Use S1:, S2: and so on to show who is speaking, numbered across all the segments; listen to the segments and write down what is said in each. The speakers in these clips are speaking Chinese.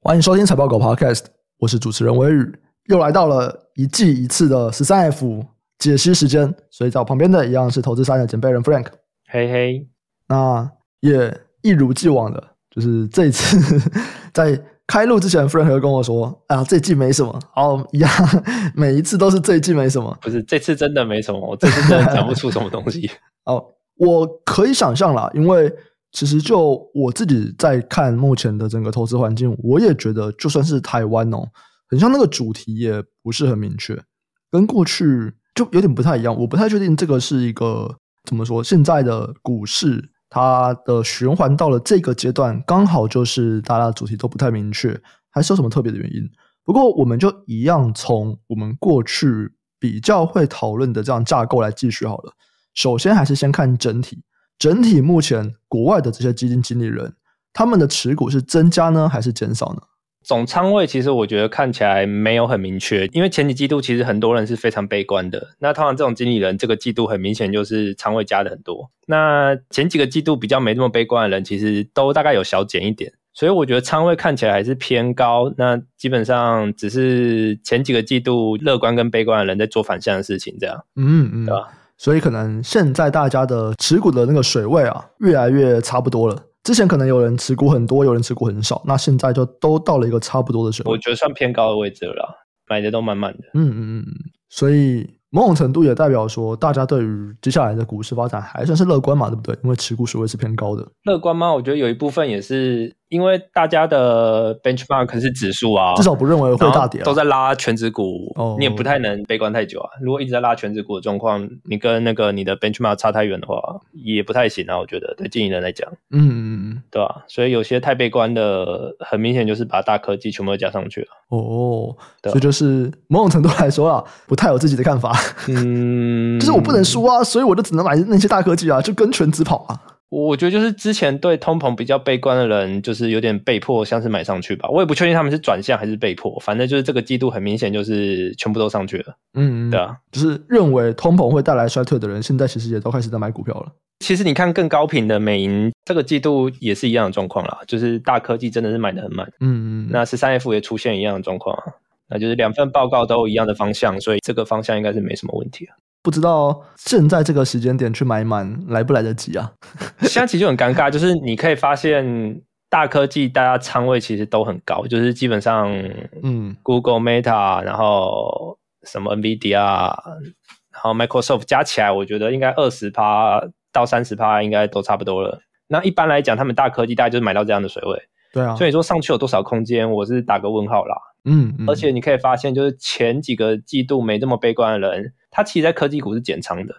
S1: 欢迎收听财报狗 Podcast，我是主持人微宇，又来到了一季一次的十三 F 解析时间，所以在我旁边的一样是投资三的准备人 Frank，
S2: 嘿嘿，
S1: 那也一如既往的，就是这一次 在开录之前，Frank 又跟我说啊，这季没什么，哦，一样， 每一次都是这一季没什么，
S2: 不是这次真的没什么，我这次真的讲不出什么东 西。
S1: 哦，我可以想象啦，因为其实就我自己在看目前的整个投资环境，我也觉得就算是台湾哦，很像那个主题也不是很明确，跟过去就有点不太一样。我不太确定这个是一个怎么说，现在的股市它的循环到了这个阶段，刚好就是大家的主题都不太明确，还是有什么特别的原因？不过，我们就一样从我们过去比较会讨论的这样架构来继续好了。首先还是先看整体，整体目前国外的这些基金经理人，他们的持股是增加呢，还是减少呢？
S2: 总仓位其实我觉得看起来没有很明确，因为前几季度其实很多人是非常悲观的。那通常这种经理人这个季度很明显就是仓位加的很多。那前几个季度比较没这么悲观的人，其实都大概有小减一点。所以我觉得仓位看起来还是偏高，那基本上只是前几个季度乐观跟悲观的人在做反向的事情，这样
S1: 嗯嗯
S2: 对，啊吧？
S1: 所以可能现在大家的持股的那个水位啊，越来越差不多了。之前可能有人持股很多，有人持股很少，那现在就都到了一个差不多的水
S2: 我
S1: 位。
S2: 觉得算偏高的位置了啦，买的都满满的。
S1: 嗯嗯嗯，嗯所以某种程度也代表说，大家对于接下来的股市发展还算是乐观嘛，对不对？因为持股水位是偏高的，
S2: 乐观吗？我觉得有一部分也是因为大家的 benchmark 是指数啊，
S1: 至少不认为会
S2: 然后
S1: 大跌、啊。
S2: 都在拉全指股，
S1: 哦
S2: 你也不太能悲观太久啊。如果一直在拉全指股的状况，你跟那个你的 benchmark 差太远的话，也不太行啊。我觉得对经营人来讲，
S1: 嗯嗯嗯。
S2: 对吧、所以有些太悲观的，很明显就是把大科技全部都加上去了。
S1: 哦，
S2: 对啊
S1: 所以就是某种程度来说啊， 不太有自己的 看法，
S2: 嗯，
S1: 就是我不能输啊，所以我就只能买那些大科技啊，就跟全职跑啊。
S2: 我觉得就是之前对通膨比较悲观的人，就是有点被迫像是买上去吧。我也不确定他们是转向还是被迫，反正就是这个季度很明显就是全部都上去了，
S1: 嗯，嗯
S2: 对，啊。
S1: 就是认为通膨会带来衰退的人，现在其实也都开始在买股票了。
S2: 其实你看更高频的美银，这个季度也是一样的状况啦，就是大科技真的是买的很满，
S1: 嗯嗯，
S2: 那十三 F 也出现一样的状况啊，那就是两份报告都一样的方向，所以这个方向应该是没什么问 题啊。
S1: 不知道现在这个时间点去买满来不来得及啊？
S2: 现在其实就很尴尬，就是你可以发现大科技大家仓位其实都很高，就是基本上
S1: 嗯
S2: Google、Meta，然后什么 NVIDIA，然后 Microsoft 加起来，我觉得应该二十趴到三十趴应该都差不多了。那一般来讲，他们大科技大概就是买到这样的水位，
S1: 对啊，
S2: 所以说上去有多少空间，我是打个问号啦。
S1: 嗯，嗯
S2: 而且你可以发现，就是前几个季度没这么悲观的人，他其实在科技股是减仓的，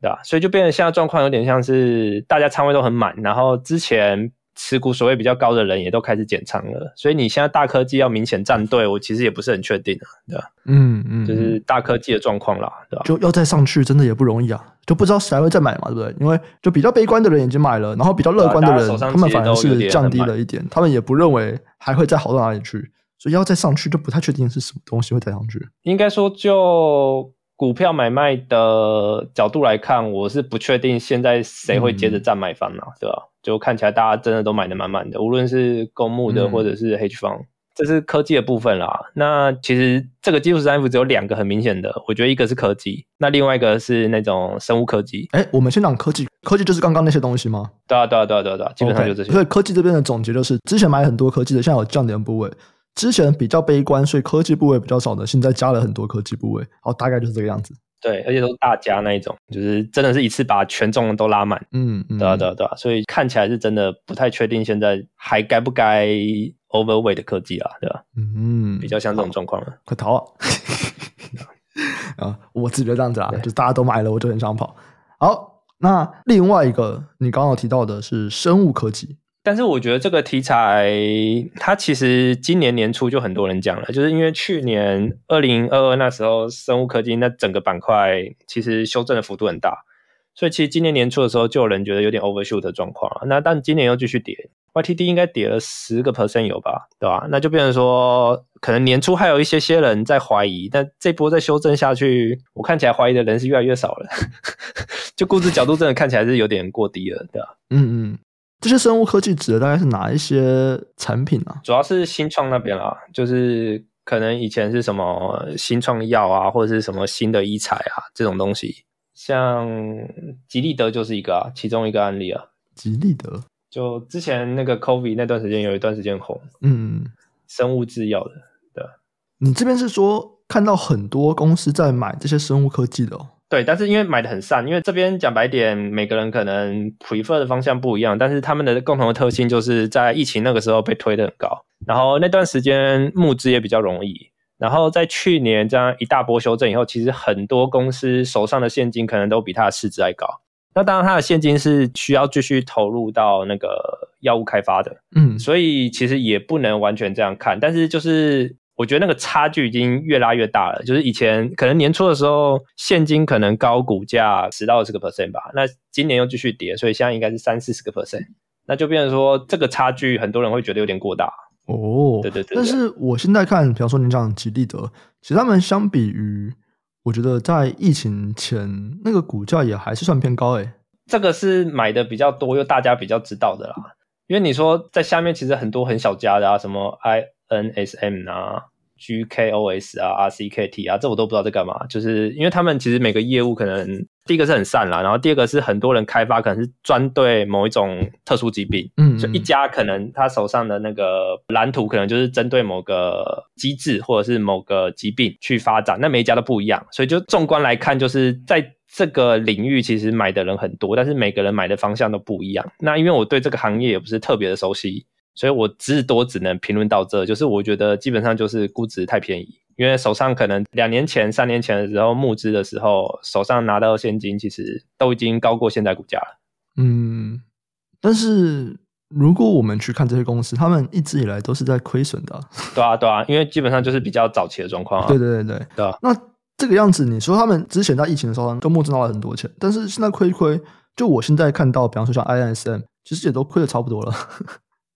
S2: 对吧？所以就变成现在状况有点像是大家仓位都很满，然后之前持股所谓比较高的人也都开始减仓了，所以你现在大科技要明显站队，我其实也不是很确定啊，对吧？
S1: 嗯嗯，
S2: 就是大科技的状况啦，对吧？
S1: 就要再上去，真的也不容易啊，就不知道谁还会再买嘛，对不对？因为就比较悲观的人已经买了，然后比较乐观的
S2: 对啊大家
S1: 人，
S2: 手上
S1: 他们
S2: 其实
S1: 反
S2: 都
S1: 而
S2: 有
S1: 是
S2: 点
S1: 降
S2: 很
S1: 低
S2: 满
S1: 了一点，他们也不认为还会再好到哪里去，所以要再上去就不太确定是什么东西会再上去。
S2: 应该说，就股票买卖的角度来看，我是不确定现在谁会接着站买方啊，对吧？就看起来大家真的都买的满满的，无论是公募的
S1: 嗯
S2: 或者是 H 方、这是科技的部分啦。那其实这个基础三 F 只有两个很明显的，我觉得一个是科技，那另外一个是那种生物科技。
S1: 哎，我们先讲科技，科技就是刚刚那些东西吗？
S2: 对啊，对啊，对啊，对啊，对啊，基本上就这
S1: o k 所
S2: 些。
S1: 以科技这边的总结就是，之前买很多科技的，现在有降点部位；之前比较悲观，所以科技部位比较少的，现在加了很多科技部位。好，大概就是这个样子。
S2: 对，而且都是大家那一种，就是真的是一次把权重都拉满。
S1: 嗯，嗯
S2: 对啊，对啊，对啊，所以看起来是真的不太确定现在还该不该 overweight 的科技啊，对吧、
S1: 嗯，
S2: 比较像这种状况了。
S1: 快逃 啊！啊，我自己就这样子啊，就大家都买了，我就很想跑。好，那另外一个你刚刚有提到的是生物科技，
S2: 但是我觉得这个题材，它其实今年年初就很多人讲了，就是因为去年二零二二那时候生物科技那整个板块其实修正的幅度很大，所以其实今年年初的时候就有人觉得有点 overshoot 的状况了。那但今年又继续跌，YTD 应该跌了十个 percent 有吧，对吧、那就变成说，可能年初还有一些些人在怀疑，但这波再修正下去，我看起来怀疑的人是 越来越少了，就估值角度真的看起来是有点过低了，对吧、
S1: 嗯嗯，这些生物科技指的大概是哪一些产品啊？
S2: 主要是新创那边啦，就是可能以前是什么新创药啊，或者是什么新的医材啊这种东西，像吉利德就是一个啊，其中一个案例啊。
S1: 吉利德，
S2: 就之前那个 COVID 那段时间有一段时间红，
S1: 嗯，
S2: 生物制药的，
S1: 你这边是说看到很多公司在买这些生物科技的、哦，
S2: 对，但是因为买的很散，因为这边讲白点，每个人可能 prefer 的方向不一样，但是他们的共同的特性就是在疫情那个时候被推得很高，然后那段时间募资也比较容易，然后在去年这样一大波修正以后，其实很多公司手上的现金可能都比它的市值还高。那当然，它的现金是需要继续投入到那个药物开发的，
S1: 嗯，
S2: 所以其实也不能完全这样看，但是就是我觉得那个差距已经越拉越大了。就是以前可能年初的时候，现金可能高股价十到二十个 percent 吧，那今年又继续跌，所以现在应该是三四十个 percent，那就变成说这个差距很多人会觉得有点过大。
S1: 哦，
S2: 对对对对
S1: 但是我现在看，比方说你讲吉利德，其实他们相比于，我觉得在疫情前那个股价也还是算偏高诶。
S2: 这个是买的比较多又大家比较知道的啦，因为你说在下面其实很多很小家的啊，什么 INSM 啊、GKOS 啊、RCKT 啊，这我都不知道在干嘛。就是因为他们其实每个业务可能第一个是很散啦，然后第二个是很多人开发可能是专对某一种特殊疾病，
S1: 嗯，
S2: 就一家可能他手上的那个蓝图，可能就是针对某个机制或者是某个疾病去发展，那每一家都不一样，所以就纵观来看，就是在这个领域其实买的人很多，但是每个人买的方向都不一样。那因为我对这个行业也不是特别的熟悉，所以我至多只能评论到这，就是我觉得基本上就是估值太便宜。因为手上可能两年前、三年前的时候募资的时候，手上拿到的现金其实都已经高过现在股价了。
S1: 嗯，但是如果我们去看这些公司，他们一直以来都是在亏损的啊、
S2: 对啊，对啊，因为基本上就是比较早期的状况啊。
S1: 对对对对，
S2: 对啊
S1: 那这个样子，你说他们之前在疫情的时候都募资拿了很多钱，但是现在亏一亏，就我现在看到，比方说像 INSM，其实也都亏的差不多了。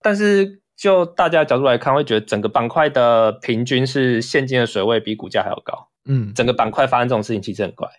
S2: 但是就大家的角度来看，会觉得整个板块的平均是现金的水位比股价还要高。
S1: 嗯，
S2: 整个板块发生这种事情其实很怪。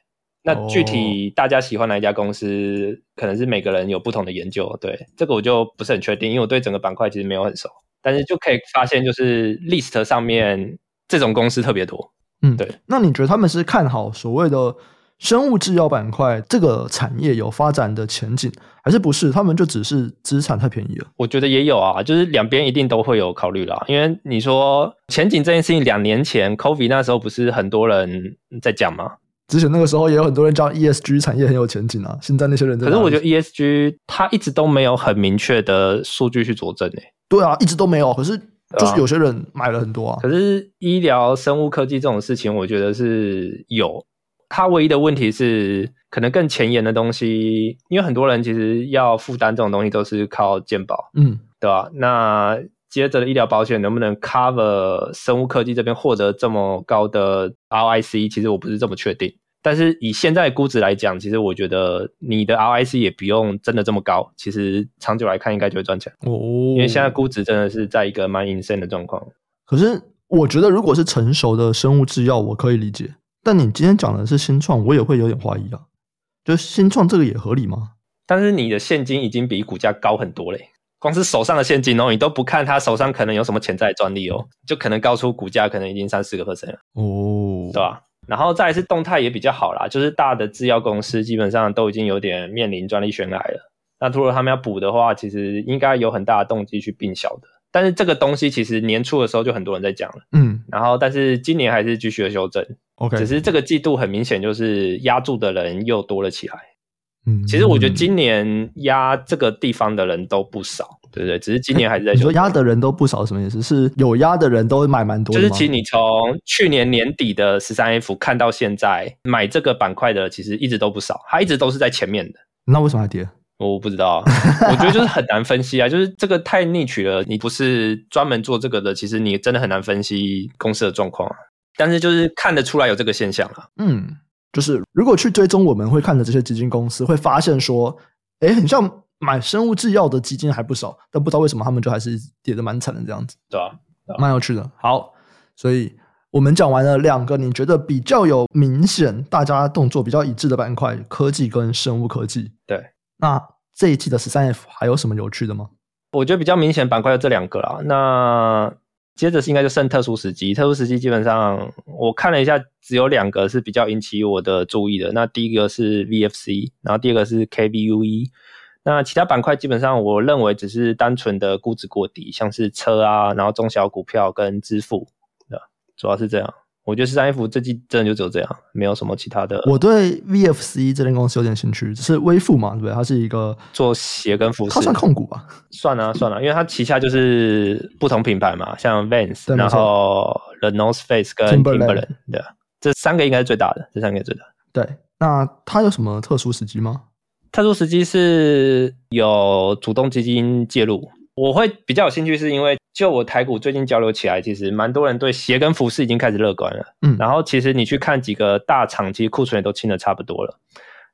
S2: 那具体大家喜欢哪一家公司，可能是每个人有不同的研究。对这个我就不是很确定，因为我对整个板块其实没有很熟。但是就可以发现，就是 list 上面这种公司特别多。
S1: 嗯，
S2: 对。
S1: 那你觉得他们是看好所谓的生物制药板块这个产业有发展的前景，还是不是？他们就只是资产太便宜了？
S2: 我觉得也有啊，就是两边一定都会有考虑啦。因为你说前景这件事情，两年前 COVID 那时候不是很多人在讲吗？
S1: 之前那个时候也有很多人讲 ESG 产业很有前景啊，现在那些人在
S2: 可是
S1: 哪里
S2: 我觉得 ESG 它一直都没有很明确的数据去佐证欸诶、
S1: 对啊，一直都没有。可是就
S2: 对
S1: 是
S2: 啊
S1: 有些人买了很多啊。
S2: 可是医疗、生物科技这种事情，我觉得是有。它唯一的问题是，可能更前沿的东西，因为很多人其实要负担这种东西都是靠健保，
S1: 嗯
S2: 对吧、那接着的医疗保险能不能 cover 生物科技这边获得这么高的 ROIC，其实我不是这么确定。但是以现在的估值来讲，其实我觉得你的 ROIC 也不用真的这么高，其实长久来看应该就会赚钱。
S1: 哦，
S2: 因为现在估值真的是在一个蛮 insane 的状况。
S1: 可是我觉得，如果是成熟的生物制药，我可以理解。但你今天讲的是新创，我也会有点怀疑啊。就是新创这个也合理吗？
S2: 但是你的现金已经比股价高很多嘞，光是手上的现金哦，你都不看他手上可能有什么潜在的专利哦，就可能高出股价可能已经三四个 percent 了，
S1: 哦，
S2: 对吧、啊然后再来是动态也比较好啦，就是大的制药公司基本上都已经有点面临专利悬崖了。那如果他们要补的话，其实应该有很大的动机去并小的。但是这个东西其实年初的时候就很多人在讲了，
S1: 嗯
S2: 然后但是今年还是继续的修正，只
S1: ，OK，
S2: 是这个季度很明显就是压住的人又多了起来。
S1: 嗯，
S2: 其实我觉得今年压这个地方的人都不少，对不对？只是今年还是在
S1: 你
S2: 修
S1: 说，压的人都不少，什么意思？是有压的人都买蛮多
S2: 就
S1: 的
S2: 是
S1: 吗？
S2: 其实你从去年年底的十三 F 看到现在，买这个板块的其实一直都不少，它一直都是在前面的。
S1: 那为什么还跌？
S2: 我不知 道啊，我觉得就是很难分析啊，就是这个太逆取了。你不是专门做这个的，其实你真的很难分析公司的状况啊。但是就是看得出来有这个现象啊，
S1: 嗯，就是如果去追踪我们会看的这些基金公司，会发现说，哎，很像买生物制药的基金还不少，但不知道为什么他们就还是跌得蛮惨的这样子。
S2: 对吧、
S1: 蛮有趣的。好，所以我们讲完了两个你觉得比较有明显、大家动作比较一致的板块，科技跟生物科技。
S2: 对，
S1: 那这一季的十三 F 还有什么有趣的吗？
S2: 我觉得比较明显板块就这两个啦。那接着是应该就剩特殊时机，特殊时机基本上我看了一下，只有两个是比较引起我的注意的。那第一个是 VFC，然后第二个是 KVUE。那 E 其他板块基本上我认为只是单纯的估值过低，像是车啊，然后中小股票跟支付的，主要是这样。我觉得十三 F 这季真的就只有这样，没有什么其他的。
S1: 我对 VFC 这间公司有点兴趣，是微付嘛，对不对？它是一个
S2: 做鞋跟服饰，
S1: 它算控股吧？
S2: 算了、啊、算了、啊，因为它旗下就是不同品牌嘛，像 Vans，然后 The North Face 跟 Timberland，对，啊这三个应该是最大的，这三个最大。
S1: 对，那它有什么特殊时机吗？
S2: 特殊时机是有主动基金介入，我会比较有兴趣，是因为就我台股最近交流起来，其实蛮多人对鞋跟服饰已经开始乐观了。嗯，然后其实你去看几个大厂，其实库存也都清的差不多了。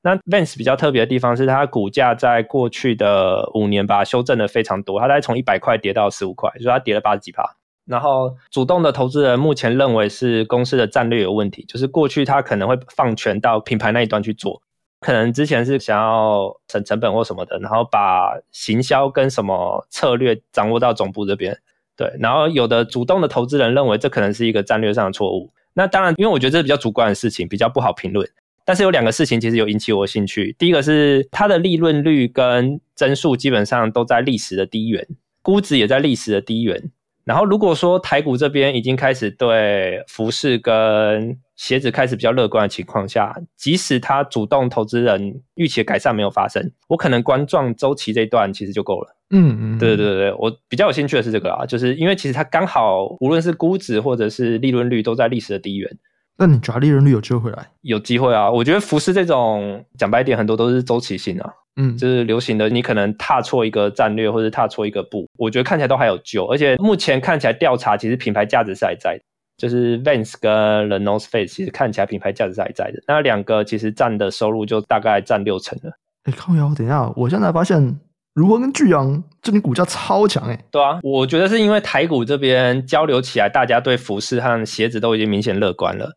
S2: 那 Vans 比较特别的地方是，它股价在过去的五年吧修正的非常多，它大概从一百块跌到十五块，所以它跌了八十几趴。然后主动的投资人目前认为是公司的战略有问题，就是过去他可能会放权到品牌那一端去做。可能之前是想要省成本或什么的，然后把行销跟什么策略掌握到总部这边，对。然后有的主动的投资人认为这可能是一个战略上的错误。那当然，因为我觉得这是比较主观的事情，比较不好评论。但是有两个事情其实有引起我兴趣，第一个是它的利润率跟增速基本上都在历史的低元，估值也在历史的低元。然后如果说台股这边已经开始对服饰跟鞋子开始比较乐观的情况下，即使他主动投资人预期改善没有发生，我可能观望周期这一段其实就够了。
S1: 嗯嗯，
S2: 对对对对，我比较有兴趣的是这个啊，就是因为其实它刚好无论是估值或者是利润率都在历史的低元。
S1: 那你抓利润率有机会来？
S2: 有机会啊！我觉得服饰这种讲白点，很多都是周期性啊。
S1: 嗯，
S2: 就是流行的，你可能踏错一个战略或者踏错一个步，我觉得看起来都还有救。而且目前看起来调查，其实品牌价值是还在的。就是 Vans 跟 The North Face，其实看起来品牌价值是还在的。那两个其实占的收入就大概占六成了。
S1: 哎、欸，靠腰，等一下，我现在发现如何跟巨阳最近股价超强哎、欸。
S2: 对啊，我觉得是因为台股这边交流起来，大家对服饰和鞋子都已经明显乐观了。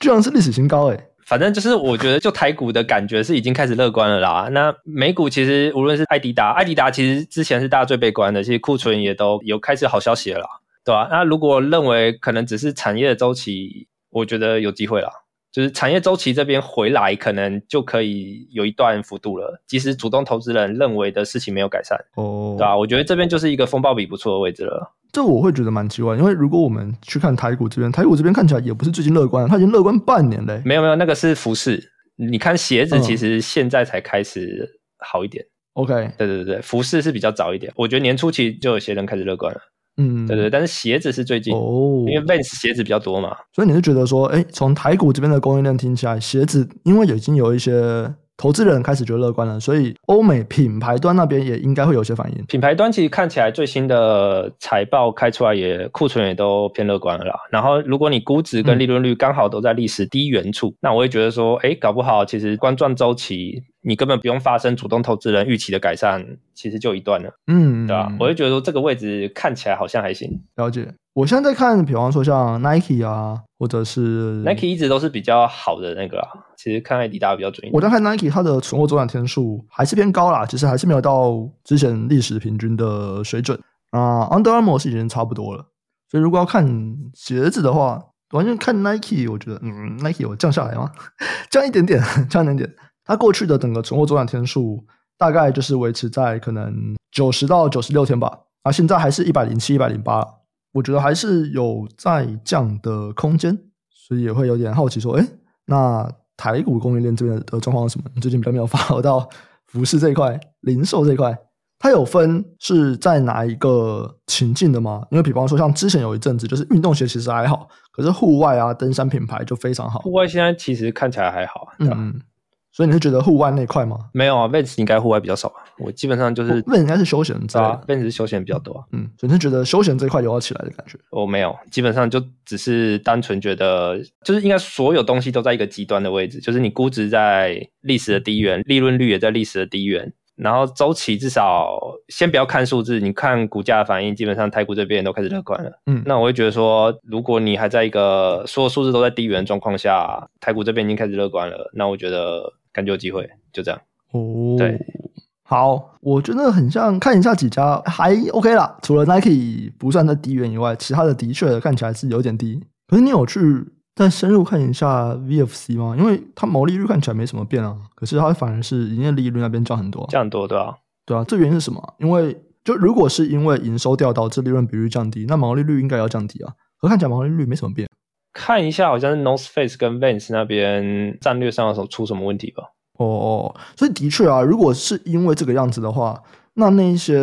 S1: 巨阳是历史新高哎、欸。
S2: 反正就是我觉得就台股的感觉是已经开始乐观了啦。 那美股其实无论是艾迪达，艾迪达其实之前是大家最悲观的，其实库存也都有开始好消息了啦。对吧、啊？那如果认为可能只是产业的周期，我觉得有机会啦。就是产业周期这边回来，可能就可以有一段幅度了。即使主动投资人认为的事情没有改善，
S1: 哦，
S2: 对吧、啊？我觉得这边就是一个风暴比不错的位置了。
S1: 这我会觉得蛮奇怪，因为如果我们去看台股这边，台股这边看起来也不是最近乐观，它已经乐观半年嘞、欸。
S2: 没有没有，那个是服饰。你看鞋子，其实现在才开始好一点。
S1: 嗯、OK，
S2: 对对对，服饰是比较早一点。我觉得年初期就有些人开始乐观了。
S1: 嗯，
S2: 对对，但是鞋子是最近
S1: 哦，
S2: 因为 Vans 鞋子比较多嘛，
S1: 所以你是觉得说，哎，从台股这边的供应链听起来，鞋子因为已经有一些投资人开始觉得乐观了，所以欧美品牌端那边也应该会有些反应。
S2: 品牌端其实看起来最新的财报开出来也库存也都偏乐观了啦。然后如果你估值
S1: 嗯
S2: 跟利润率刚好都在历史低原处，嗯、那我会觉得说，哎，搞不好其实观转周期。你根本不用发生主动投资人预期的改善，其实就一段了，
S1: 嗯，
S2: 对吧？我就觉得说这个位置看起来好像还行。
S1: 了解，我现在在看，比方说像 Nike 啊，或者是
S2: Nike 一直都是比较好的那个啦。其实看艾迪达比较准。
S1: 我在看 Nike，它的存货周转天数还是偏高啦，其实还是没有到之前历史平均的水准啊。Under Armour 是已经差不多了，所以如果要看鞋子的话，完全看 Nike，我觉得，嗯，Nike 有降下来吗？ 降一点点， 降一点点。它过去的整个存货周转天数大概就是维持在可能九十到九十六天吧，啊，现在还是一百零七、一百零八，我觉得还是有再降的空间，所以也会有点好奇说，哎，那台股供应链这边的状况是什么？最近比较没有 发到服饰这一块、零售这一块，它有分是在哪一个情境的吗？因为比方说像之前有一阵子，就是运动鞋其实还好，可是户外啊、登山品牌就非常好。
S2: 户外现在其实看起来还好，啊对吧
S1: 嗯。所以你是觉得户外那块吗？
S2: 没有啊，Vans 应该户外比较少吧。我基本上就是
S1: 哦 Vans 应该是休闲
S2: 啊，Vans 休闲比较多、啊。
S1: 嗯，所以你觉得休闲这一块有要起来的感觉？
S2: 我没有，基本上就只是单纯觉得，就是应该所有东西都在一个极端的位置，就是你估值在历史的低原，利润率也在历史的低原，然后周期至少先不要看数字，你看股价反应，基本上台股这边都开始乐观了。
S1: 嗯，
S2: 那我会觉得说，如果你还在一个所有数字都在低原状况下，台股这边已经开始乐观了，那我觉得。感觉有机会，就这样。
S1: 哦，
S2: 对，
S1: 好，我觉得很像看一下几家还 OK 啦，除了 Nike 不算在低原以外，其他的的确看起来是有点低。可是你有去再深入看一下 VFC 吗？因为它毛利率看起来没什么变啊，可是它反而是营业利润那边降很多啊。
S2: 这样多对吧、
S1: 对啊，这原因是什么啊？因为就如果是因为营收掉导致利润比率降低，那毛利率应该要降低啊。可看起来毛利率没什么变。
S2: 看一下，好像是 North Face 跟 Vans 那边战略上有什么出什么问题吧？
S1: 哦哦，所以的确啊，如果是因为这个样子的话，那那一些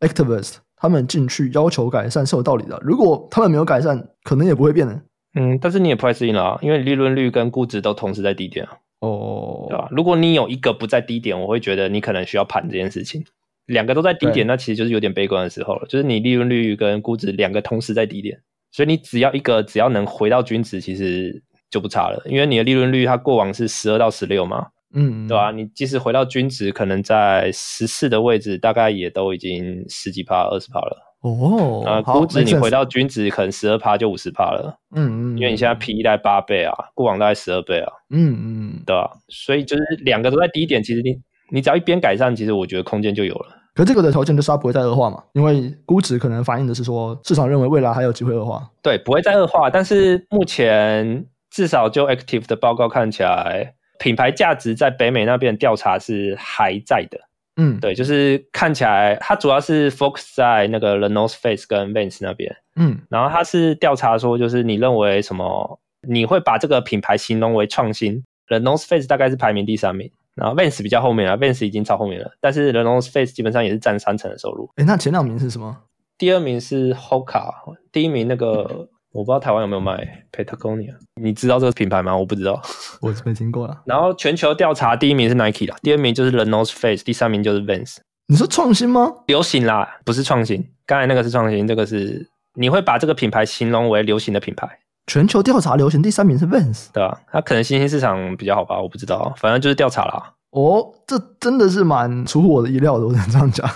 S1: activist 他们进去要求改善是有道理的。如果他们没有改善，可能也不会变的。
S2: 嗯，但是你也 price in 了、啊，因为利润率跟估值都同时在低点啊，
S1: 哦
S2: 对，吧？如果你有一个不在低点，我会觉得你可能需要盘这件事情。两个都在低
S1: 对
S2: 点，那其实就是有点悲观的时候了，就是你利润率跟估值两个同时在低点，所以你只要一个只要能回到均值，其实就不差了，因为你的利润率它过往是十二到十六嘛，
S1: 嗯，
S2: 对吧、啊你即使回到均值，可能在十四的位置，大概也都已经十几趴、二十趴了。
S1: 哦，
S2: 啊，
S1: 好
S2: 估值
S1: make
S2: 你
S1: sense
S2: 回到均值，可能十二趴就五十趴了，
S1: 嗯嗯，
S2: 因为你现在 P E 在八倍啊，过往大概十二倍啊，
S1: 嗯嗯，
S2: 对吧、所以就是两个都在低点，其实你你只要一边改善，其实我觉得空间就有了。
S1: 可这个的条件就是它不会再恶化嘛，因为估值可能反映的是说市场认为未来还有机会恶化。
S2: 对，不会再恶化，但是目前至少就 Active 的报告看起来，品牌价值在北美那边调查是还在的。
S1: 嗯，，
S2: 对，就是看起来它主要是 focus 在那个 The North Face 跟 Vans 那边，
S1: 嗯
S2: 然后它是调查说，就是你认为什么？你会把这个品牌形容为创新？The North Face 大概是排名第三名，然后 Vans 比较后面了，Vans 已经超后面了，但是 The North Face 基本上也是占三成的收入。
S1: 哎，那前两名是什么？
S2: 第二名是 Hoka，第一名那个我不知道台湾有没有卖 Patagonia，你知道这个品牌吗？我不知道。
S1: 我是没听过啊啦。
S2: 然后全球调查第一名是 Nike 啦，第二名就是 The North Face，第三名就是 Vans。
S1: 你说创新吗？
S2: 流行啦，不是创新。刚才那个是创新，这个是你会把这个品牌形容为流行的品牌，
S1: 全球调查流行第三名是 Vans。
S2: 对吧、它可能新兴市场比较好吧，我不知道，反正就是调查啦。
S1: 哦，这真的是蛮出乎我的意料的，我只能这样讲。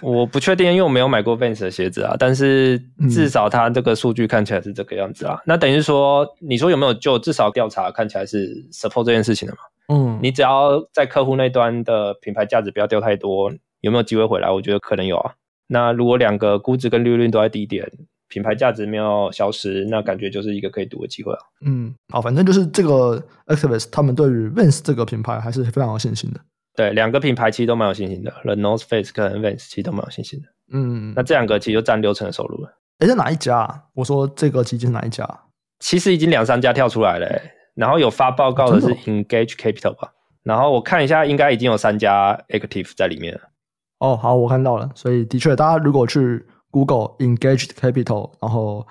S2: 我不确定，因为我没有买过 Vans 的鞋子啊，但是至少它这个数据看起来是这个样子啦。那等于说，你说有没有就至少调查看起来是 support 这件事情的嘛？
S1: 嗯，
S2: 你只要在客户那端的品牌价值不要掉太多，有没有机会回来？我觉得可能有啊。那如果两个估值跟利润都在低点，品牌价值没有消失，那感觉就是一个可以赌的机会啊。
S1: 嗯，好，反正就是这个 activist 他们对于 Vans 这个品牌还是非常有信心的。
S2: 对，两个品牌其实都蛮有信心的，The North Face 跟 Vans 其实都蛮有信心的。
S1: 嗯，
S2: 那这两个其实就占六成的收入了。
S1: 诶是哪一家、啊？我说这个基金是哪一家啊？
S2: 其实已经两三家跳出来了欸、然后有发报告的是
S1: 哦真的
S2: Engage Capital 吧。然后我看一下，应该已经有三家 active 在里面了。
S1: 哦，好，我看到了。所以的确，大家如果去 Google Engaged Capital，然后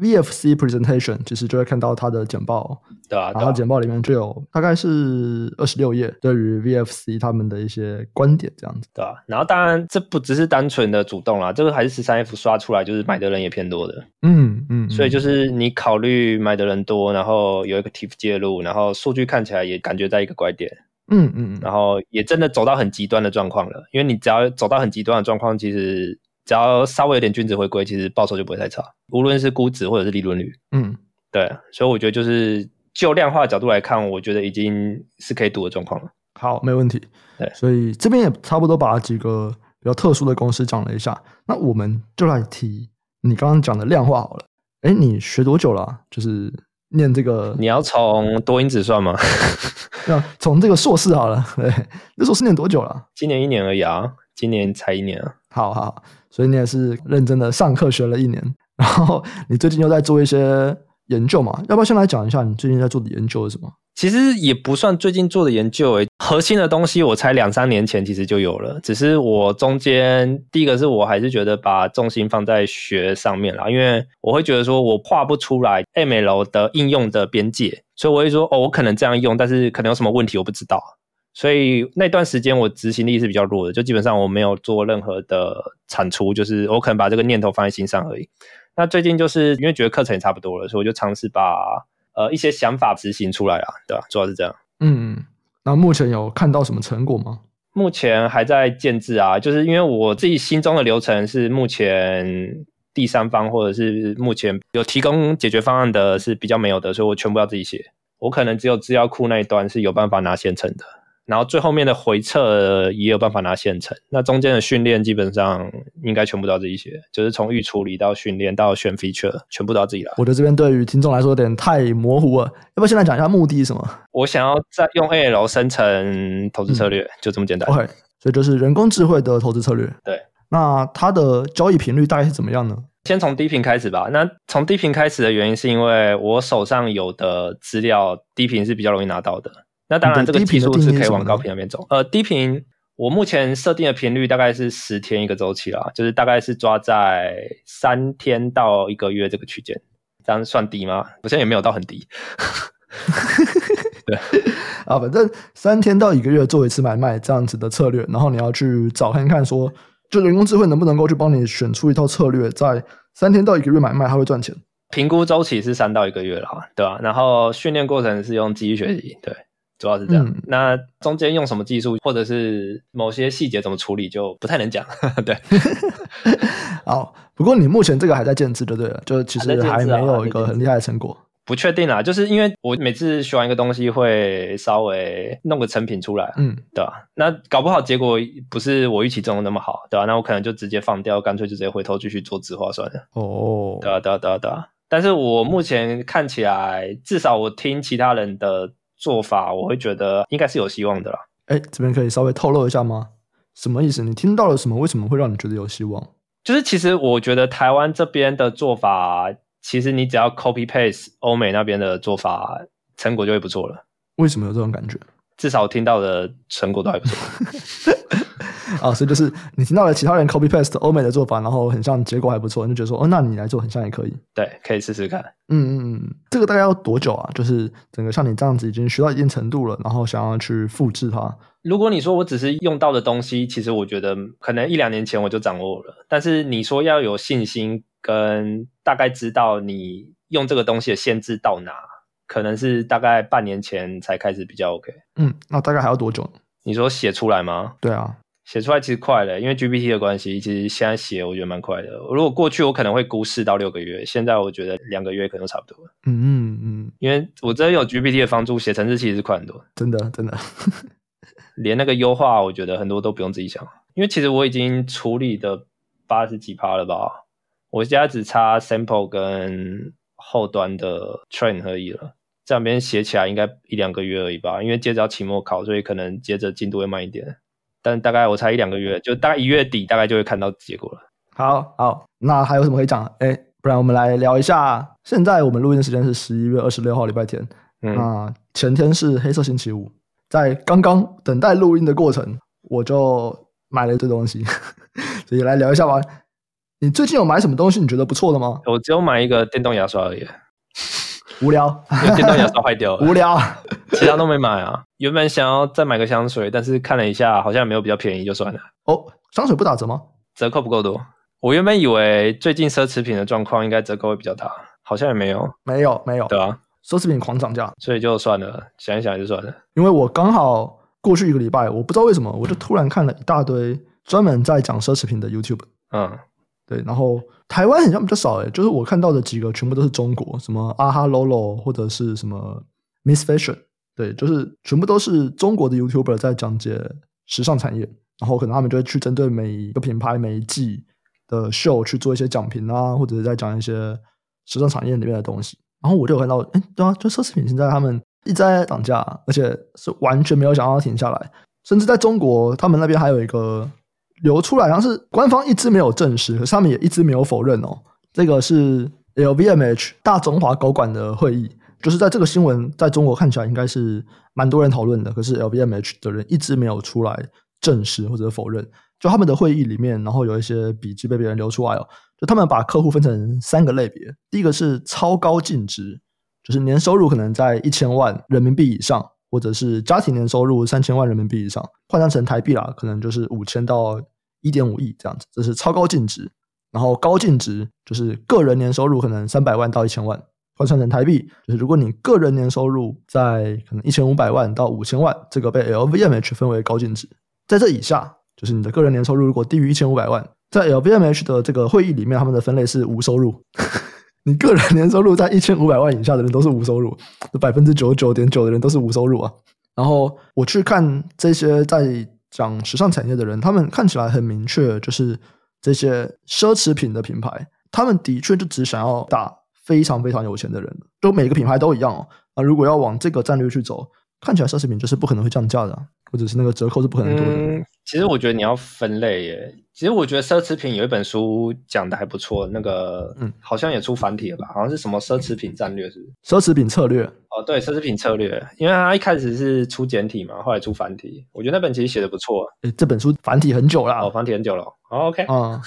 S1: VFC presentation，其实就会看到它的简报，
S2: 对啊，
S1: 然
S2: 对
S1: 后
S2: 啊
S1: 简报里面就有大概是二十六页对于 VFC 他们的一些观点这样子。
S2: 对啊。然后当然，这不只是单纯的主动啦，这个还是十三 F 刷出来，就是买的人也偏多的。
S1: 嗯嗯，
S2: 所以就是是你考虑买的人多，然后有一个 t i f 介入，然后数据看起来也感觉在一个拐点，
S1: 嗯嗯嗯
S2: 然后也真的走到很极端的状况了。因为你只要走到很极端的状况，其实只要稍微有点均值回归，其实报酬就不会太差，无论是估值或者是利润率。
S1: 嗯，
S2: 对，啊所以我觉得就是就量化角度来看，我觉得已经是可以赌的状况了。
S1: 好，没问题。
S2: 对
S1: 所以这边也差不多把几个比较特殊的公司讲了一下。那我们就来提你刚刚讲的量化好了。哎，你学多久了啊、就是念这个，
S2: 你要从多因子算吗？
S1: 那从这个硕士好了。 对，那硕士念多久了啊、
S2: 今年一年而已啊，今年才一年啊。
S1: 好好，好所以你也是认真的上课学了一年， 然后你最近又在做一些研究嘛？要不要先来讲一下你最近在做的研究是什么？
S2: 其实也不算最近做的研究诶，核心的东西我猜两三年前其实就有了，只是我中间第一个是我还是觉得把重心放在学上面啦，因为我会觉得说我画不出来 ML 的应用的边界，所以我会说哦，我可能这样用，但是可能有什么问题我不知道，所以那段时间我执行力是比较弱的，就基本上我没有做任何的产出，就是我可能把这个念头放在心上而已。那最近就是因为觉得课程也差不多了，所以我就尝试把呃一些想法执行出来啦，对吧、主要是这样。
S1: 嗯，那目前有看到什么成果吗？
S2: 目前还在建制啊，就是因为我自己心中的流程是目前第三方或者是目前有提供解决方案的是比较没有的，所以我全部要自己写。我可能只有资料库那一端是有办法拿现成的，然后最后面的回撤也有办法拿现成。那中间的训练基本上应该全部都要自己学，就是从预处理到训练到选 feature，全部都要自己来。
S1: 我觉得这边对于听众来说有点太模糊了，要不要先来讲一下目的是什么
S2: 我想要再用 AL 生成投资策略，就这么简单。
S1: ？OK，所以就是人工智慧的投资策略。
S2: 对，
S1: 那它的交易频率大概是怎么样呢？
S2: 先从低频开始吧。那从低频开始的原因是因为我手上有的资料低频是比较容易拿到的。那当然，
S1: 你
S2: 这
S1: 的
S2: 个
S1: 低频
S2: 技
S1: 的
S2: 术是
S1: 定义
S2: 可以
S1: 是
S2: 往
S1: 什么呢
S2: 高频那边走。呃，低频我目前设定的频率大概是十天一个周期啦，就是大概是抓在三天到一个月这个区间，这样算低吗？我现在也没有到很低。
S1: 啊，反正三天到一个月做一次买卖这样子的策略，然后你要去找看看说，就人工智慧能不能够去帮你选出一套策略，在三天到一个月买卖它会赚钱。
S2: 评估周期是三到一个月啦，对吧、然后训练过程是用记忆学习，对，主要是这样。
S1: 嗯
S2: 那中间用什么技术，或者是某些细节怎么处理，就不太能讲。 对，
S1: 好，不过你目前这个还在建制就对了，就是其
S2: 还
S1: 实
S2: 在建
S1: 还
S2: 制
S1: 没
S2: 啊
S1: 有一个很厉害的成果。
S2: 不确定啦，就是因为我每次学完一个东西，会稍微弄个成品出来，
S1: 嗯，
S2: 对吧、那搞不好结果不是我预期中的那么好，对吧、那我可能就直接放掉，干脆就直接回头继续做直化算了。
S1: 哦，
S2: 对啊，对啊，对啊，对啊。但是我目前看起来，至少我听其他人的做法，我会觉得应该是有希望的啦。
S1: 哎，这边可以稍微透露一下吗？什么意思？你听到了什么？为什么会让你觉得有希望？
S2: 就是其实我觉得台湾这边的做法，其实你只要 copy paste 欧美那边的做法，成果就会不错了。
S1: 为什么有这种感觉？
S2: 至少我听到的成果都还不错。
S1: 啊，所以就是你听到了其他人 copy paste 欧美的做法，然后很像，结果还不错，你就觉得说，哦，那你来做很像也可以。
S2: 对，可以试试看。
S1: 嗯嗯嗯，这个大概要多久啊？就是整个像你这样子已经学到一定程度了，然后想要去复制它，
S2: 如果你说我只是用到的东西，其实我觉得可能一两年前我就掌握了。但是你说要有信心跟大概知道你用这个东西的限制到哪，可能是大概半年前才开始比较 OK。
S1: 嗯，那大概还要多久呢？
S2: 你说写出来吗？
S1: 对啊，
S2: 写出来其实快了，因为 GPT 的关系，其实现在写我觉得蛮快的。如果过去我可能会估四到六个月，现在我觉得两个月可能差不多了，
S1: 嗯嗯嗯，
S2: 因为我真的有 GPT 的帮助，写程式其实是快很多，
S1: 真的真的，
S2: 连那个优化我觉得很多都不用自己想，因为其实我已经处理的八十几趴了吧，我现在只差 sample 跟后端的 train 而已了。这两边写起来应该一两个月而已吧，因为接着要期末考，所以可能接着进度会慢一点。但大概我才一两个月，就大概一月底大概就会看到结果了。
S1: 好好，那还有什么可以讲？哎，不然我们来聊一下，现在我们录音的时间是十一月二十六号礼拜天，
S2: 嗯，
S1: 那前天是黑色星期五，在刚刚等待录音的过程，我就买了这东西， 所以来聊一下吧。你最近有买什么东西你觉得不错的吗？
S2: 我只有买一个电动牙刷而已，因
S1: 无 聊，
S2: 为电动牙刷坏掉
S1: 无
S2: 了，
S1: 聊。
S2: 其他都没买啊。原本想要再买个香水，但是看了一下，好像没有比较便宜，就算了，
S1: 哦，香水不打折吗？
S2: 折扣不够多。我原本以为最近奢侈品的状况应该折扣会比较大，好像也没有，
S1: 没有，没有。
S2: 对啊，
S1: 奢侈品狂涨价，
S2: 所以就算了，想一想就算了。
S1: 因为我刚好过去一个礼拜，我不知道为什么，我就突然看了一大堆专门在讲奢侈品的 YouTube。
S2: 嗯，
S1: 对，然后台湾好像比较少诶，欸就是我看到的几个全部都是中国，什么阿哈 Lolo 或者是什么 Miss Fashion，对，就是全部都是中国的 YouTuber 在讲解时尚产业，然后可能他们就会去针对每一个品牌、每一季的秀去做一些讲评啊，或者是在讲一些时尚产业里面的东西。然后我就有看到，哎，对啊，就奢侈品现在他们一直在涨价，而且是完全没有想要停下来，甚至在中国，他们那边还有一个流出来，好像是官方一直没有证实，可是他们也一直没有否认哦。这个是 LVMH 大中华高管的会议，就是在这个新闻在中国看起来应该是蛮多人讨论的，可是 LVMH 的人一直没有出来证实或者否认。就他们的会议里面，然后有一些笔记被别人流出来哦。就他们把客户分成三个类别，第一个是超高净值，就是年收入可能在一千万人民币以上，或者是家庭年收入三千万人民币以上，换算成台币啦，可能就是五千到一点五亿这样子，这是超高净值。然后高净值就是个人年收入可能三百万到一千万，换算成台币，就是如果你个人年收入在可能一千五百万到五千万，这个被 LVMH 分为高净值。在这以下，就是你的个人年收入如果低于一千五百万，在 LVMH 的这个会议里面，他们的分类是无收入。你个人年收入在一千五百万以下的人都是无收入，百分之九十九点九的人都是无收入啊。然后我去看这些在讲时尚产业的人，他们看起来很明确，就是这些奢侈品的品牌，他们的确就只想要打非常非常有钱的人，就每个品牌都一样哦。那如果要往这个战略去走，看起来奢侈品就是不可能会降价的啊、或者是那个折扣是不可能多的。
S2: 嗯，其实我觉得你要分类耶。其实我觉得奢侈品有一本书讲的还不错，那个
S1: 嗯
S2: 好像也出繁体了吧？好像是什么奢侈品战略是不是？
S1: 奢侈品策略，
S2: 哦，对，奢侈品策略，因为它一开始是出简体嘛，后来出繁体，我觉得那本其实写的不错。
S1: 诶这本书繁体很久啦
S2: 哦，，繁体很久了。哦、OK，
S1: 啊、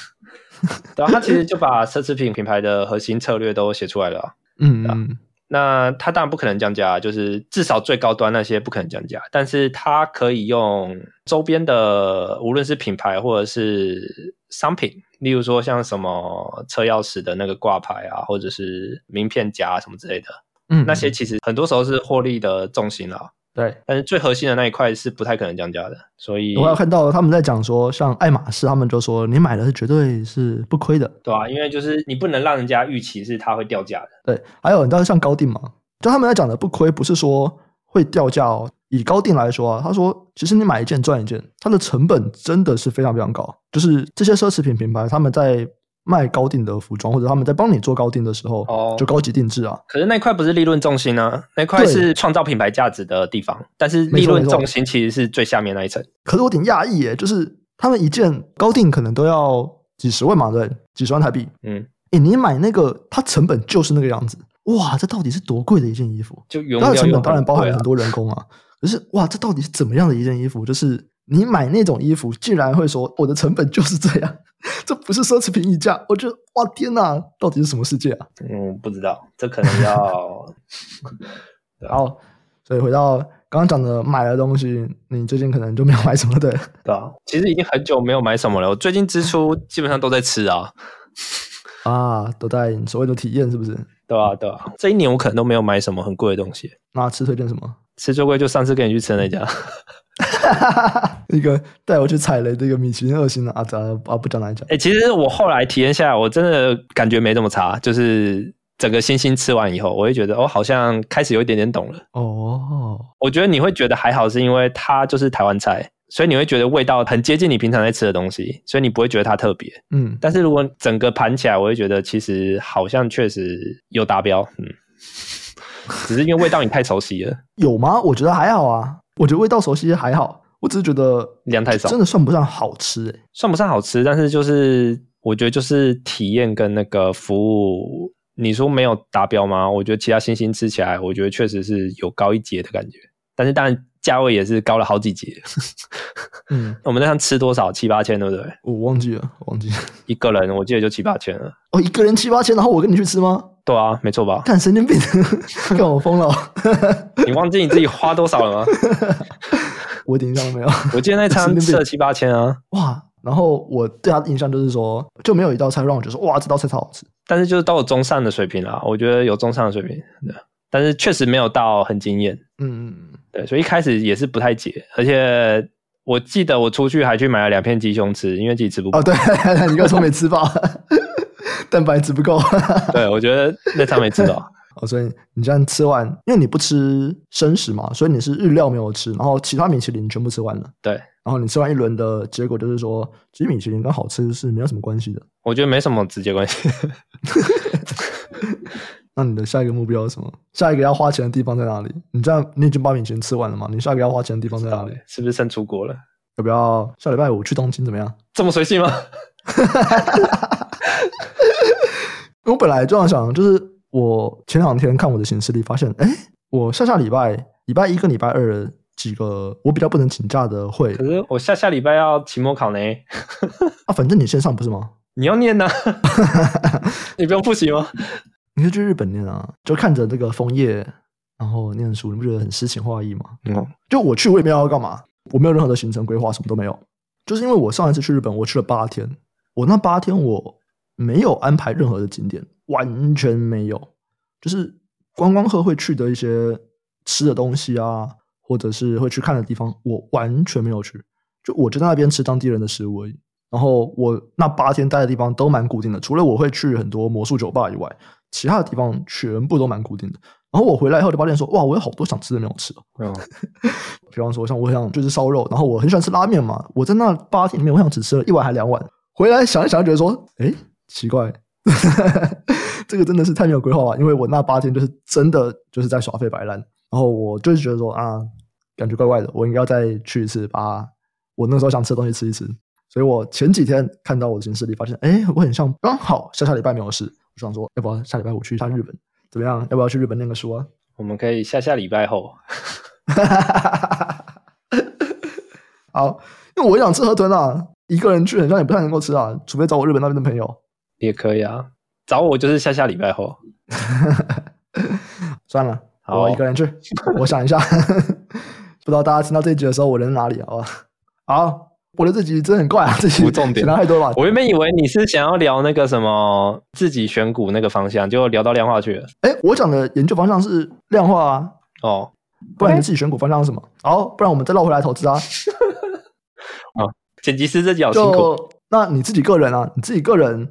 S2: 然后它其实就把奢侈品品牌的核心策略都写出来了啊。
S1: 嗯嗯
S2: 那它当然不可能降价，啊就是至少最高端那些不可能降价，但是它可以用周边的，无论是品牌或者是商品，例如说像什么车钥匙的那个挂牌啊，或者是名片夹啊什么之类的，
S1: 嗯，
S2: 那些其实很多时候是获利的重心啦。
S1: 对。
S2: 但是最核心的那一块是不太可能降价的，所以
S1: 我还有看到他们在讲说，像爱马仕，他们就说你买的是绝对是不亏的。
S2: 对啊，因为就是你不能让人家预期是它会掉价的。
S1: 对，还有你知道像高定嘛，就他们在讲的不亏，不是说会掉价哦。以高定来说啊，他说其实你买一件赚一件，它的成本真的是非常非常高。就是这些奢侈品品牌他们在卖高定的服装，或者他们在帮你做高定的时候，
S2: 哦
S1: 就高级定制啊，
S2: 可是那块不是利润重心啊，那块
S1: 对
S2: 是创造品牌价值的地方，但是
S1: 没错
S2: 利润
S1: 没错
S2: 重心其实是最下面那一层。
S1: 可是我挺讶异耶，就是他们一件高定可能都要几十万嘛，对，几十万台币。
S2: 嗯，
S1: 诶，你买那个，它成本就是那个样子。哇，这到底是多贵的一件衣服？
S2: 就原物
S1: 它
S2: 料
S1: 的成
S2: 用
S1: 本当
S2: 很
S1: 然包含
S2: 贵啊
S1: 很多人工啊。可是哇，这到底是怎么样的一件衣服？就是你买那种衣服，竟然会说我的成本就是这样， 这不是奢侈品溢价。我觉得哇，天哪，到底是什么世界啊？
S2: 嗯，不知道，这可能 要
S1: 然后，所以回到刚刚讲的买的东西，你最近可能就没有买什么对了。
S2: 对啊。其实已经很久没有买什么了，我最近支出基本上都在吃啊，
S1: 啊，都在所谓的体验是不是？
S2: 对啊？对啊？这一年我可能都没有买什么很贵的东西，
S1: 那吃推荐什么？
S2: 吃最贵就上次跟你去吃的那家，
S1: 一个带我去踩雷的一个米其林二星的啊，咱啊不讲哪一家
S2: 哎、其实我后来体验下来，我真的感觉没这么差，就是整个星星吃完以后，我会觉得哦，好像开始有一点点懂了。
S1: 哦，
S2: 我觉得你会觉得还好，是因为它就是台湾菜，所以你会觉得味道很接近你平常在吃的东西，所以你不会觉得它特别。
S1: 嗯，
S2: 但是如果整个盘起来，我会觉得其实好像确实有达标，嗯，只是因为味道你太熟悉了，
S1: 有吗？我觉得还好啊，我觉得味道熟悉还好，我只是觉得
S2: 量太少
S1: 真，的算不上好吃、欸、
S2: 算不上好吃，但是就是我觉得就是体验跟那个服务。你说没有达标吗？我觉得其他星星吃起来，我觉得确实是有高一截的感觉，但是当然价位也是高了好几截。
S1: 嗯，
S2: 我们那趟吃多少？七八千，对不对？
S1: 我忘记了，我忘记了。
S2: 一个人我记得就七八千了。
S1: 哦，一个人七八千，然后我跟你去吃吗？？
S2: 对啊，没错吧
S1: 看神经病， 看我疯了 哦，
S2: 你忘记你自己花多少了吗？
S1: 我一点印象都没有。
S2: 我记得那餐吃了七八千啊，
S1: 哇，然后我对他的印象就是说，就没有一道菜让我觉得说哇，这道菜超好吃。
S2: 但是就是都有中上的水平啦，我觉得有中上的水平，对。但是确实没有到很惊艳，
S1: 嗯嗯嗯，
S2: 对，所以一开始也是不太解，而且我记得我出去还去买了两片鸡胸吃，因为自己吃不饱。
S1: 哦，对， 你刚说没吃饱， 蛋白质不够。
S2: 对，我觉得那餐没吃 到。
S1: 哦，所以你这样吃完，因为你不吃生食嘛，所以你是日料没有吃，然后其他米其林全部吃完了。
S2: 对，
S1: 然后你吃完一轮的结果就是说，其实米其林跟好吃是没有什么关系的。
S2: 我觉得没什么直接关系。
S1: 那你的下一个目标是什么？下一个要花钱的地方在哪里？你这样你已经把米其林吃完了嘛？你下一个要花钱的地方在哪里？
S2: 是不是剩出国了？
S1: 要不要下礼拜五去东京怎么样？
S2: 这么随性吗？
S1: 因为我本来就想想，就是我前两天看我的行事历，发现哎，我下下礼拜礼拜一跟礼拜二的几个我比较不能请假的会
S2: 可是 我下下礼拜要期末考呢，
S1: 啊，反正你线上不是吗？
S2: 你要 念呢、你不用复习吗？
S1: 你可以去日本念啊，就看着这个枫叶，然后念书，你不觉得很诗情画意吗？
S2: 嗯，
S1: 就我去，我也没有要干嘛，我没有任何的行程规划，什么都没有。就是因为我上一次去日本，我去了八天，我那八天我没有安排任何的景点，完全没有，就是观光客会去的一些吃的东西啊，或者是会去看的地方，我完全没有去，就我就在那边吃当地人的食物而已。然后我那八天待的地方都蛮固定的，除了我会去很多魔术酒吧以外，其他的地方全部都蛮固定的。然然后我回来以后，就发现说，哇，我有好多想吃的没有吃哦。
S2: 嗯，
S1: 比方说，像我想就是烧肉，然后我很喜欢吃拉面嘛，我在那八天里面，我想只吃了一碗还两碗。回来想一想，觉得说，哎，奇怪， 这个真的是太没有规划了，因为我那八天就是真的就是在耍废摆烂。然后我就是觉得说啊，感觉怪怪的，我应该要再去一次，把我那时候想吃的东西吃一吃。所以我前几天看到我的行事历，发现哎，我很像刚好下下礼拜没有事，我想说，要不要下礼拜我去一下日本？怎么样？要不要去日本念个书啊？
S2: 我们可以下下礼拜后。
S1: 好，因为我想吃河豚啊，一个人去很像也不太能够吃啊，除非找我日本那边的朋友。
S2: 也可以啊，找我就是下下礼拜后。
S1: 算了，
S2: 好哦
S1: 我一个人 去。我想一下， 不知道大家听到这一集的时候我人在哪里，好吧？好，我的这集真的很怪啊，这集
S2: 不重点
S1: 简单太多了吧？
S2: 我原本以为你是想要聊那个什么自己选股那个方向，结果聊到量化去了。
S1: 哎，我讲的研究方向是量化啊，
S2: 哦，
S1: 不然你
S2: OK
S1: 们自己选股方向是什么？好，不然我们再绕回来投资啊。
S2: 剪辑师这己好辛苦。
S1: 就那你自己个人啊，你自己个人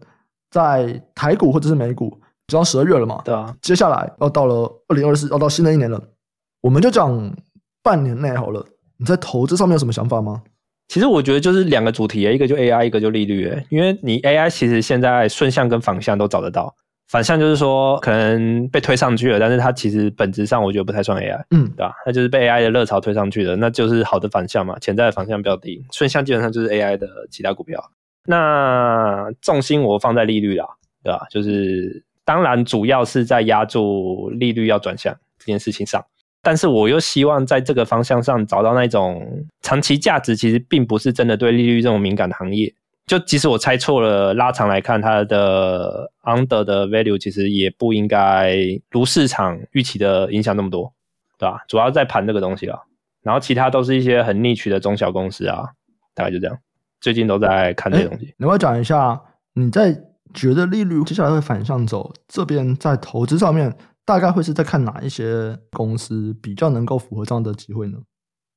S1: 在台股或者是美股，只要十二月了嘛，
S2: 对啊，
S1: 接下来要到了二零二四，要到新的一年了，我们就讲半年内好了。你在投资上面有什么想法吗？
S2: 其实我觉得就是两个主题耶，一个就 AI，一个就利率耶。因为你 AI 其实现在顺向跟反向都找得到，反向就是说可能被推上去了，但是它其实本质上我觉得不太算 AI，
S1: 嗯，
S2: 对吧、那就是被 AI 的热潮推上去的，那就是好的反向嘛，潜在的反向标的。顺向基本上就是 AI 的其他股票。那重心我放在利率啦，对吧、就是当然主要是在压住利率要转向这件事情上。但是我又希望在这个方向上找到那种长期价值，其实并不是真的对利率这种敏感的行业。就即使我猜错了，拉长来看，它的 under 的 value 其实也不应该如市场预期的影响那么多，对吧？主要在盘这个东西啦，然后其他都是一些很 niche 的中小公司啊，大概就这样。最近都在看这些东西。
S1: 你要不要讲一下你在觉得利率接下来会反向走，这边在投资上面大概会是在看哪一些公司比较能够符合这样的机会呢？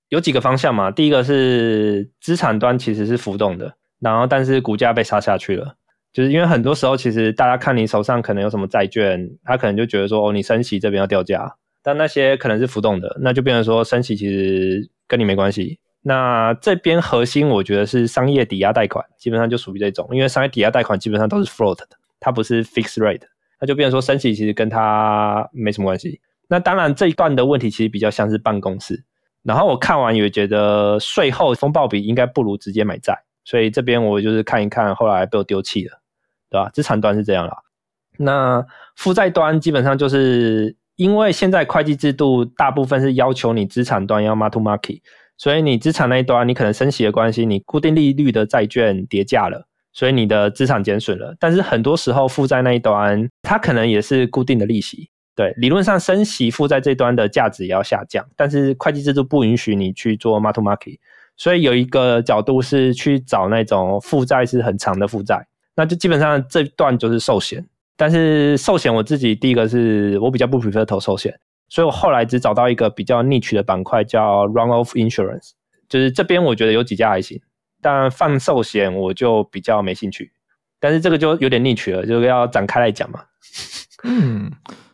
S2: 有几个方向嘛，第一个是资产端其实是浮动的，然后但是股价被杀下去了，就是因为很多时候其实大家看你手上可能有什么债券，他可能就觉得说哦你升息这边要掉价，但那些可能是浮动的，那就变成说升息其实跟你没关系。那这边核心我觉得是商业抵押贷款，基本上就属于这种，因为商业抵押贷款基本上都是 float 的，它不是 fixed rate，那就变成说升息其实跟它没什么关系。那当然这一段的问题其实比较像是办公室，然后我看完也觉得税后风暴比应该不如直接买债，所以这边我就是看一看，后来被我丢弃了，对吧？资产端是这样啦，那负债端基本上就是因为现在会计制度大部分是要求你资产端要 mark to market，所以你资产那一端你可能升息的关系，你固定利率的债券叠价了。所以你的资产减损了，但是很多时候负债那一端，它可能也是固定的利息，对，理论上升息负债这端的价值也要下降，但是会计制度不允许你去做 mark to market，所以有一个角度是去找那种负债是很长的负债，那就基本上这段就是寿险。但是寿险我自己第一个是我比较不 prefer 投寿险，所以我后来只找到一个比较 niche 的板块叫 run off insurance，就是这边我觉得有几家还行，但放寿险我就比较没兴趣。但是这个就有点 niche 了，就是要展开来讲嘛。
S1: 嗯，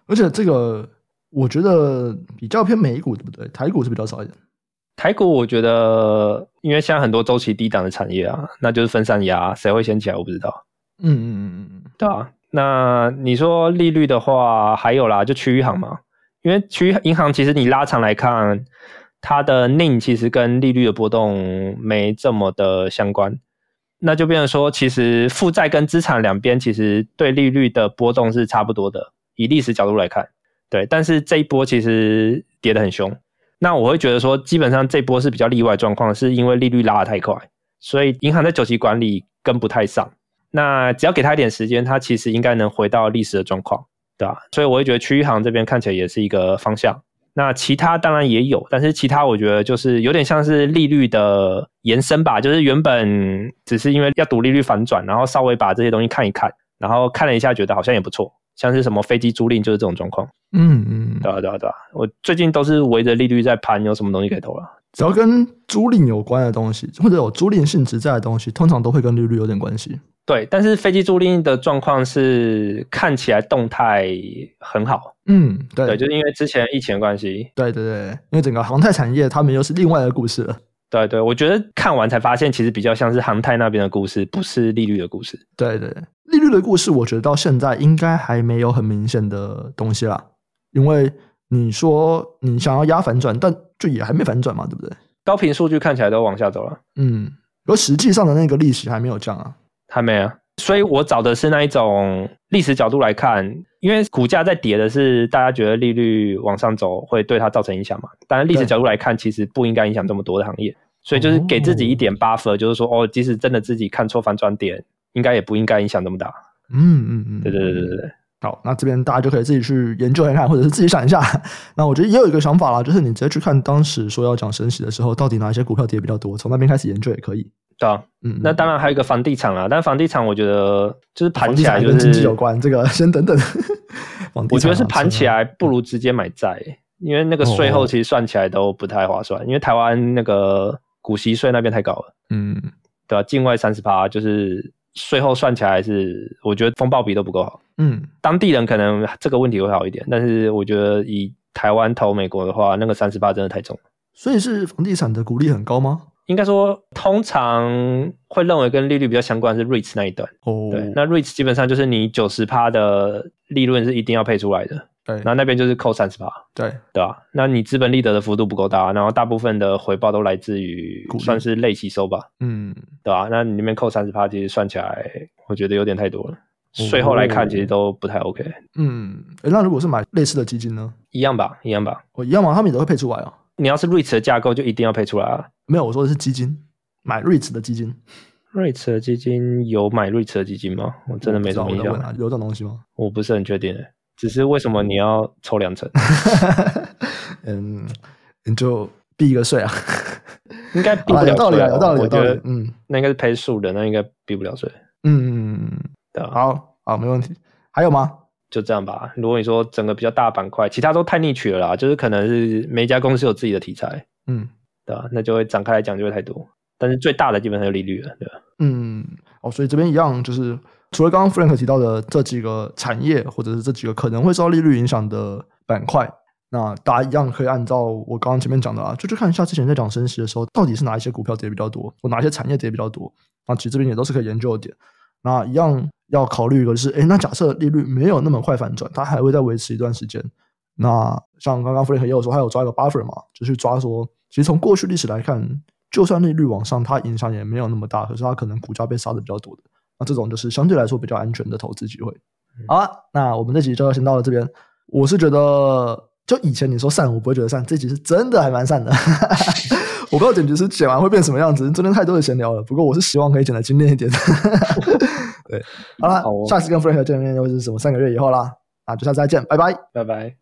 S1: 而且这个我觉得比较偏美股，对不对？台股是比较少一点。
S2: 台股我觉得，因为现在很多周期低档的产业啊，那就是分散压，谁会先起来我不知道，
S1: 嗯嗯嗯嗯嗯。
S2: 对啊。那你说利率的话，还有啦，就区域行嘛，因为区域银行其实你拉长来看，它的 n 其实跟利率的波动没这么的相关，那就变成说，其实负债跟资产两边其实对利率的波动是差不多的，以历史角度来看，对。但是这一波其实跌得很凶，那我会觉得说，基本上这波是比较例外状况，是因为利率拉得太快，所以银行在久期管理跟不太上。那只要给他一点时间，它其实应该能回到历史的状况，对吧、所以我会觉得区域行这边看起来也是一个方向。那其他当然也有，但是其他我觉得就是有点像是利率的延伸吧，就是原本只是因为要赌利率反转，然后稍微把这些东西看一看，然后看了一下觉得好像也不错，像是什么飞机租赁就是这种状况。
S1: 嗯嗯，
S2: 对啊，对啊，对啊，我最近都是围着利率在盘，有什么东西可以投了？
S1: 只要跟租赁有关的东西，或者有租赁性质在的东西，通常都会跟利率有点关系。
S2: 对，但是飞机租赁的状况是看起来动态很好，
S1: 嗯，对，
S2: 对，就是因为之前疫情的关系，
S1: 对对对，因为整个航太产业，他们又是另外的故事了。
S2: 对对，我觉得看完才发现，其实比较像是航太那边的故事，不是利率的故事。
S1: 对对，对利率的故事，我觉得到现在应该还没有很明显的东西啦，因为你说你想要压反转，但就也还没反转嘛，对不对？
S2: 高频数据看起来都往下走了，
S1: 嗯，而实际上的那个历史还没有降啊。
S2: 还没啊。所以我找的是那一种历史角度来看，因为股价在跌的是大家觉得利率往上走会对它造成影响嘛。当然，历史
S1: 对哦
S2: 角度来看，其实不应该影响这么多的行业。所以就是给自己一点 buffer，、就是说哦，即使真的自己看错反转点，应该也不应该影响这么大。
S1: 嗯嗯嗯，
S2: 对对对对对对。
S1: 好，那这边大家就可以自己去研究看看，或者是自己想一下。那我觉得也有一个想法啦，就是你直接去看当时说要讲升息的时候，到底哪一些股票跌比较多，从那边开始研究也可以。
S2: 对啊，
S1: 嗯，
S2: 那当然还有一个房地产啊啦，但房地产我觉得就是盘
S1: 房
S2: 起
S1: 地
S2: 来
S1: 产
S2: 就
S1: 跟经济
S2: 是
S1: 有，关，这个先等等。房地
S2: 我觉
S1: 产
S2: 得是
S1: 啊
S2: 盘起，
S1: 车啊
S2: 来不如直接买债、因为那个税后其实算起来都不太划算，因为台湾那个股息税那边太高了，
S1: 嗯，
S2: 对吧、境外三十趴就是税后算起来是，我觉得风暴比都不够好，
S1: 嗯，
S2: 当地人可能这个问题会好一点，但是我觉得以台湾投美国的话，那个三十趴真的太重了。
S1: 所以是房地产的股利很高吗？
S2: 应该说，通常会认为跟利率比较相关的是 REITs 那一段。
S1: 哦，
S2: 对，那 REITs 基本上就是你九十趴的利润是一定要配出来的，
S1: 对
S2: 那那边就是扣三十趴，
S1: 对，
S2: 对吧、那你资本利得的幅度不够大，然后大部分的回报都来自于
S1: 股利
S2: 算是类吸收吧，
S1: 嗯，
S2: 对吧、那你那边扣三十趴，其实算起来，我觉得有点太多了。
S1: 哦
S2: 税后来看，其实都不太 OK，、
S1: 嗯，诶那如果是买类似的基金呢？哦
S2: 一样吧，一样吧。
S1: 我一样吗？他们也都会配出来哦。
S2: 你要是 REITs 的架构，就一定要配出来啊。
S1: 没有，我说的是基金，买瑞 e 的基金。
S2: REITs 的基金有买 REITs 的基金吗？我真的没什么
S1: 我不
S2: 印
S1: 知道我在问，
S2: 象
S1: 啊，有这种东西吗？
S2: 我不是很确定欸。只是为什么你要抽 两成？
S1: 嗯，你就避一个税啊。
S2: 应该避
S1: 好啦
S2: 不了
S1: 有道理啊，
S2: 税哦
S1: 有道理，
S2: 我
S1: 有
S2: 觉
S1: 道
S2: 得
S1: 理。嗯
S2: 那应该是赔数的，那应该避不了税。
S1: 嗯嗯，
S2: 对啊，
S1: 好好，没问题。还有吗？
S2: 就这样吧。如果你说整个比较大板块，其他都太逆取了啦，就是可能是每一家公司有自己的题材，
S1: 嗯
S2: 对啊吧、那就会展开来讲就会太多。但是最大的基本上就利率了，对啊吧、
S1: 嗯，哦，所以这边一样就是。除了刚刚 Frank 提到的这几个产业，或者是这几个可能会受到利率影响的板块，那大家一样可以按照我刚刚前面讲的啊，就去看一下之前在讲升息的时候，到底是哪一些股票跌比较多，或哪一些产业跌比较多。那其实这边也都是可以研究的点。那一样要考虑一个是，哎，那假设利率没有那么快反转，它还会再维持一段时间。那像刚刚弗雷克也有说，他有抓一个 buffer 嘛，就去抓说，其实从过去历史来看，就算利率往上，它影响也没有那么大，可是它可能股价被杀的比较多的。那这种就是相对来说比较安全的投资机会。好啊，那我们这集就先到了这边。我是觉得，就以前你说散，我不会觉得散，这集是真的还蛮散的。 我不知道剪辑师剪完会变什么样子，真的太多的闲聊了。不过我是希望可以剪得精炼一点。 对，好了，
S2: 好哦
S1: 下次跟 Frank 见面又是什么三个月以后啦？啊，就下次再见，拜拜。
S2: 拜拜。